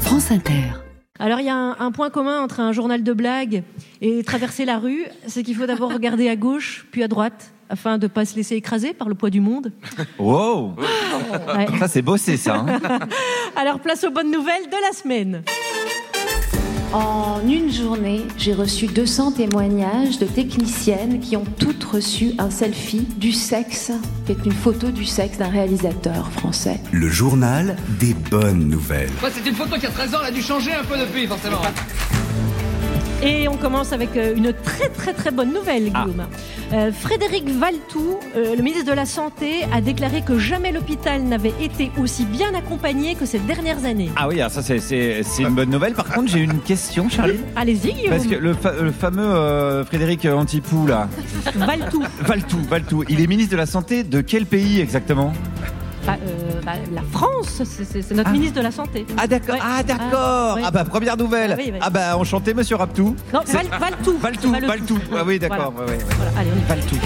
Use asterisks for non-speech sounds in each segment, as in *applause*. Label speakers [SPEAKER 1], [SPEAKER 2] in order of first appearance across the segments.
[SPEAKER 1] France Inter.
[SPEAKER 2] Alors il y a un, un point commun entre un journal de blagues et traverser la rue, c'est qu'il faut d'abord regarder à gauche, puis à droite, afin de ne pas se laisser écraser par le poids du monde.
[SPEAKER 3] Wow
[SPEAKER 2] Ouais.
[SPEAKER 3] Ça, c'est bossé, ça. hein.
[SPEAKER 2] Alors place aux bonnes nouvelles de la semaine.
[SPEAKER 4] En une journée, j'ai reçu 200 témoignages de techniciennes qui ont toutes reçu un selfie du sexe, qui est une photo du sexe d'un réalisateur français.
[SPEAKER 5] Le journal des bonnes nouvelles.
[SPEAKER 6] Ouais, c'est une photo qui a 13 ans, elle a dû changer un peu depuis, forcément.
[SPEAKER 2] Et on commence avec euh, une très très très bonne nouvelle,
[SPEAKER 3] Ah.
[SPEAKER 2] Guillaume. Euh, Frédéric Valtou, euh, le ministre de la Santé, a déclaré que jamais l'hôpital n'avait été aussi bien accompagné que ces dernières années.
[SPEAKER 3] Ah oui, alors ça, c'est- c'est c'est une bonne nouvelle. Par contre, j'ai une question, Charlie.
[SPEAKER 2] Allez-y, Guillaume.
[SPEAKER 3] Parce que le, fa- le fameux euh, Frédéric Antipou, là,
[SPEAKER 2] Valtou.
[SPEAKER 3] Valtou, Valtou, il est ministre de la Santé de quel pays exactement
[SPEAKER 2] Bah, euh, bah, la France, c'est- c'est c'est notre ministre de la Santé.
[SPEAKER 3] Ah d'accord,
[SPEAKER 2] Ouais.
[SPEAKER 3] ah d'accord.
[SPEAKER 2] oui.
[SPEAKER 3] Ah bah première nouvelle.
[SPEAKER 2] Ah oui, oui.
[SPEAKER 3] Ah bah enchanté monsieur Raptou.
[SPEAKER 2] Non,
[SPEAKER 3] C'est-
[SPEAKER 2] Val, Ah, Valtou.
[SPEAKER 3] Valtou,
[SPEAKER 2] Valtou.
[SPEAKER 3] Valtou. Ah oui, d'accord. ouais, ouais, ouais.
[SPEAKER 2] Voilà, allez, on y va.
[SPEAKER 3] Valtou.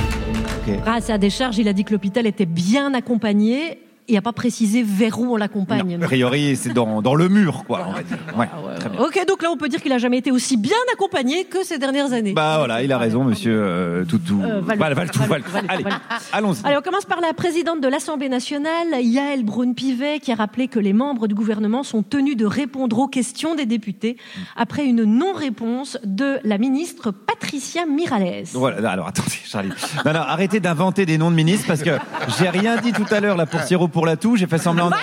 [SPEAKER 3] Ok.
[SPEAKER 2] Grâce à décharge, il a dit que l'hôpital était bien accompagné. Il n'a pas précisé vers où on l'accompagne.
[SPEAKER 3] Non, a priori, c'est dans, dans le mur, quoi, on va dire.
[SPEAKER 2] Ah,
[SPEAKER 3] Ouais, très bien.
[SPEAKER 2] Ok, donc là, on peut dire qu'il n'a jamais été aussi bien accompagné que ces dernières années.
[SPEAKER 3] Bah voilà, il a raison, monsieur euh, Toutou.
[SPEAKER 2] Euh, Valtou.
[SPEAKER 3] Val- Valtou,
[SPEAKER 2] Valtou,
[SPEAKER 3] Valtou.
[SPEAKER 2] Valtou,
[SPEAKER 3] Allez,
[SPEAKER 2] Valtou.
[SPEAKER 3] allons-y.
[SPEAKER 2] Allez, on commence par la présidente de l'Assemblée nationale, Yael Braun-Pivet, qui a rappelé que les membres du gouvernement sont tenus de répondre aux questions des députés après une non-réponse de la ministre Patricia Miralles.
[SPEAKER 3] Voilà, non, alors attendez, Charlie. Non, non, arrêtez d'inventer des noms de ministres parce que j'ai rien dit tout à l'heure là pour Siro pour la toux, j'ai fait semblant. de-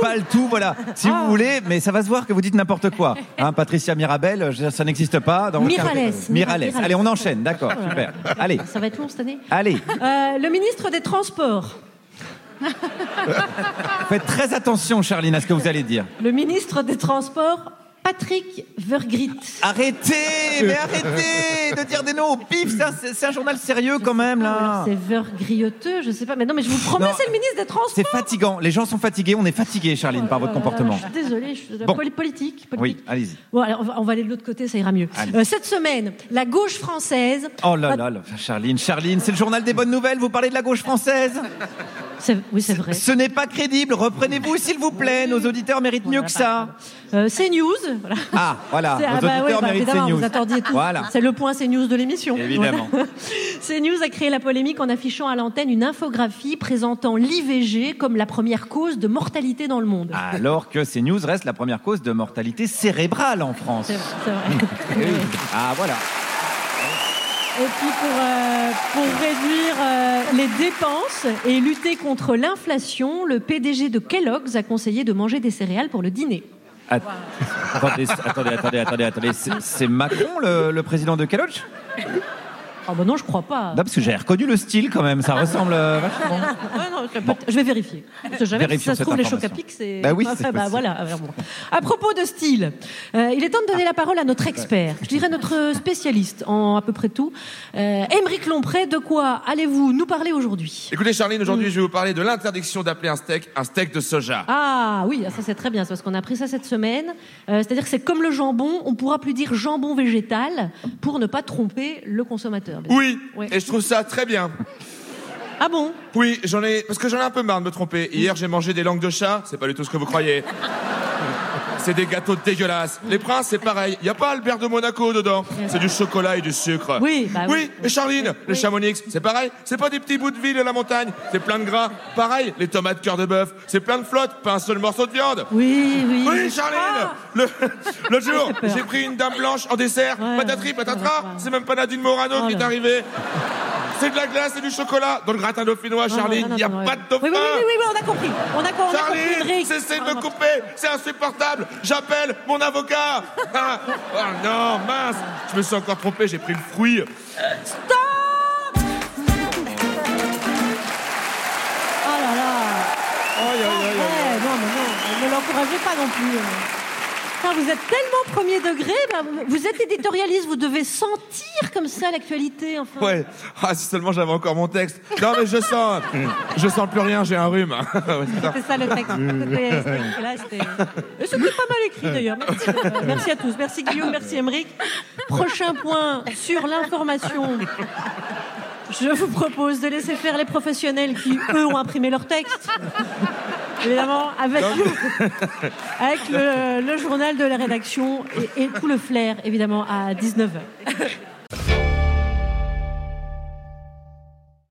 [SPEAKER 3] Pas le tout, voilà. Si
[SPEAKER 2] Ah.
[SPEAKER 3] vous voulez, mais ça va se voir que vous dites n'importe quoi. Hein, Patricia Mirabel, je veux dire, ça n'existe pas. Dans aucun-
[SPEAKER 2] Miralles,
[SPEAKER 3] Miralles.
[SPEAKER 2] Miralles.
[SPEAKER 3] Allez, on enchaîne, d'accord,
[SPEAKER 2] Oh là
[SPEAKER 3] super.
[SPEAKER 2] là.
[SPEAKER 3] Allez,
[SPEAKER 2] Ça va être long cette année.
[SPEAKER 3] allez.
[SPEAKER 2] Euh, le ministre des Transports,
[SPEAKER 3] Faites très attention, Charline, à ce que vous allez dire.
[SPEAKER 2] le ministre des Transports, Patrick Vergrit.
[SPEAKER 3] Arrêtez, mais arrêtez de dire des noms au pif. c'est un- C'est c'est un journal sérieux quand même là.
[SPEAKER 2] Oh, C'est vergrioteux, je sais pas. Mais non, mais je vous promets,
[SPEAKER 3] Non.
[SPEAKER 2] c'est le ministre des Transports.
[SPEAKER 3] C'est fatigant. Les gens sont fatigués. On est fatigués, Charline, par votre
[SPEAKER 2] Oh là là,
[SPEAKER 3] comportement.
[SPEAKER 2] Je suis désolée, je suis
[SPEAKER 3] Bon.
[SPEAKER 2] poli- politique. politique.
[SPEAKER 3] Oui, allez-y.
[SPEAKER 2] Bon, alors, on va- on va aller de l'autre côté, ça ira mieux.
[SPEAKER 3] Allez.
[SPEAKER 2] Euh, cette semaine, la gauche française.
[SPEAKER 3] Oh là là, là, Charline, Charline, c'est le journal des bonnes nouvelles, vous parlez de la gauche française
[SPEAKER 2] C'est- Oui, c'est vrai.
[SPEAKER 3] Ce n'est pas crédible, reprenez-vous s'il vous plaît, nos auditeurs méritent mieux que ça.
[SPEAKER 2] Euh, CNews. Voilà.
[SPEAKER 3] Ah, voilà,
[SPEAKER 2] C'est-
[SPEAKER 3] nos
[SPEAKER 2] ah bah
[SPEAKER 3] auditeurs
[SPEAKER 2] oui, bah,
[SPEAKER 3] méritent
[SPEAKER 2] évidemment,
[SPEAKER 3] CNews.
[SPEAKER 2] Vous attendiez tout.
[SPEAKER 3] Voilà.
[SPEAKER 2] C'est le point CNews de l'émission.
[SPEAKER 3] Évidemment.
[SPEAKER 2] Voilà. *laughs* CNews a créé la polémique en affichant à l'antenne une infographie présentant l'IVG comme la première cause de mortalité dans le monde.
[SPEAKER 3] Alors que ces news restent la première cause de mortalité cérébrale en France.
[SPEAKER 2] C'est vrai, *laughs* c'est vrai.
[SPEAKER 3] Eh oui. Ah voilà.
[SPEAKER 2] Et puis pour, euh, pour réduire euh, les dépenses et lutter contre l'inflation, le PDG de Kellogg's a conseillé de manger des céréales pour le dîner.
[SPEAKER 3] Att- attendez, attendez, attendez, attendez, attendez, c'est- c'est Macron le, le président de Calodge
[SPEAKER 2] Ah ben non, je crois pas. Ah,
[SPEAKER 3] Non, parce que j'ai reconnu le style quand même, ça ressemble euh, vachement.
[SPEAKER 2] Ouais, non, je, peut- je vais vérifier. Parce que jamais, si
[SPEAKER 3] Vérifions
[SPEAKER 2] ça se
[SPEAKER 3] cette
[SPEAKER 2] trouve, les
[SPEAKER 3] information.
[SPEAKER 2] Chocapic, c'est.
[SPEAKER 3] Bah oui,
[SPEAKER 2] Ah,
[SPEAKER 3] c'est
[SPEAKER 2] bah,
[SPEAKER 3] possible.
[SPEAKER 2] voilà. alors bon. À propos de style, euh, il est temps de donner la parole à notre expert, je dirais notre spécialiste en à peu près tout. Euh, Émeric Lompré, de quoi allez-vous nous parler aujourd'hui
[SPEAKER 7] Écoutez Charline, aujourd'hui je vais vous parler de l'interdiction d'appeler un steak un steak de
[SPEAKER 2] Mm.
[SPEAKER 7] soja.
[SPEAKER 2] Ah oui, ça c'est très bien, c'est parce qu'on a appris ça cette semaine. Euh, C'est-à-dire que c'est comme le jambon, on pourra plus dire jambon végétal pour ne pas tromper le consommateur.
[SPEAKER 7] Oui,
[SPEAKER 2] Ouais.
[SPEAKER 7] et je trouve ça très bien.
[SPEAKER 2] Ah bon
[SPEAKER 7] Oui, j'en ai parce que j'en ai un peu marre de me tromper.
[SPEAKER 2] Mm.
[SPEAKER 7] Hier, j'ai mangé des langues de chat, c'est pas du tout ce que vous
[SPEAKER 2] *laughs*
[SPEAKER 7] croyez. C'est des gâteaux dégueulasses. Les princes, c'est pareil. Y a pas Albert de Monaco dedans. C'est du chocolat et du sucre.
[SPEAKER 2] Oui, bah oui.
[SPEAKER 7] et Charline,
[SPEAKER 2] Oui.
[SPEAKER 7] les Chamonix, c'est pareil. C'est pas des petits bouts de ville à la montagne. C'est plein de gras. Pareil, les tomates cœur de bœuf, c'est plein de flotte, pas un seul morceau de viande.
[SPEAKER 2] Oui, oui.
[SPEAKER 7] Oui, Charline
[SPEAKER 2] Ah
[SPEAKER 7] Le- L'autre jour,
[SPEAKER 2] peur.
[SPEAKER 7] j'ai pris une dame blanche en dessert.
[SPEAKER 2] Ouais,
[SPEAKER 7] patatri,
[SPEAKER 2] ouais,
[SPEAKER 7] patatras,
[SPEAKER 2] ouais, ouais.
[SPEAKER 7] c'est même pas Nadine Morano
[SPEAKER 2] Oh
[SPEAKER 7] qui est
[SPEAKER 2] là.
[SPEAKER 7] arrivée. C'est de la glace et du chocolat. Dans le gratin dauphinois, Charline,
[SPEAKER 2] Non, non,
[SPEAKER 7] il n'y a
[SPEAKER 2] non, non,
[SPEAKER 7] pas
[SPEAKER 2] oui.
[SPEAKER 7] de dauphin.
[SPEAKER 2] Oui, oui, oui, oui, oui, on a compris. On a, on a compris,
[SPEAKER 7] Charline,
[SPEAKER 2] Eric.
[SPEAKER 7] cessez de
[SPEAKER 2] Ah,
[SPEAKER 7] me
[SPEAKER 2] non.
[SPEAKER 7] couper, c'est insupportable. J'appelle mon avocat. Ah, oh non, mince, je me suis encore trompé, j'ai pris le fruit.
[SPEAKER 2] Oh là là
[SPEAKER 7] Aïe, aïe, aïe, aïe.
[SPEAKER 2] Ouais, Non, mais non, ne l'encouragez pas non plus. Putain, vous êtes tellement premier degré, bah, vous- vous êtes éditorialiste, vous devez sentir comme ça l'actualité. Enfin.
[SPEAKER 7] Ouais, ah, si seulement j'avais encore mon texte. Non, mais je sens, je sens plus rien, j'ai un rhume. *laughs* Ouais, c'est ça.
[SPEAKER 2] C'est ça le texte. C'était- c'était- Là, c'était Et c'était pas mal écrit d'ailleurs. Merci, euh, merci à tous. Merci Guillaume, merci Émeric. Prochain point sur l'information. Je vous propose de laisser faire les professionnels qui, eux, ont imprimé leur texte. évidemment, avec, vous, avec le, le journal de la rédaction et, et tout le flair, évidemment, à 19h.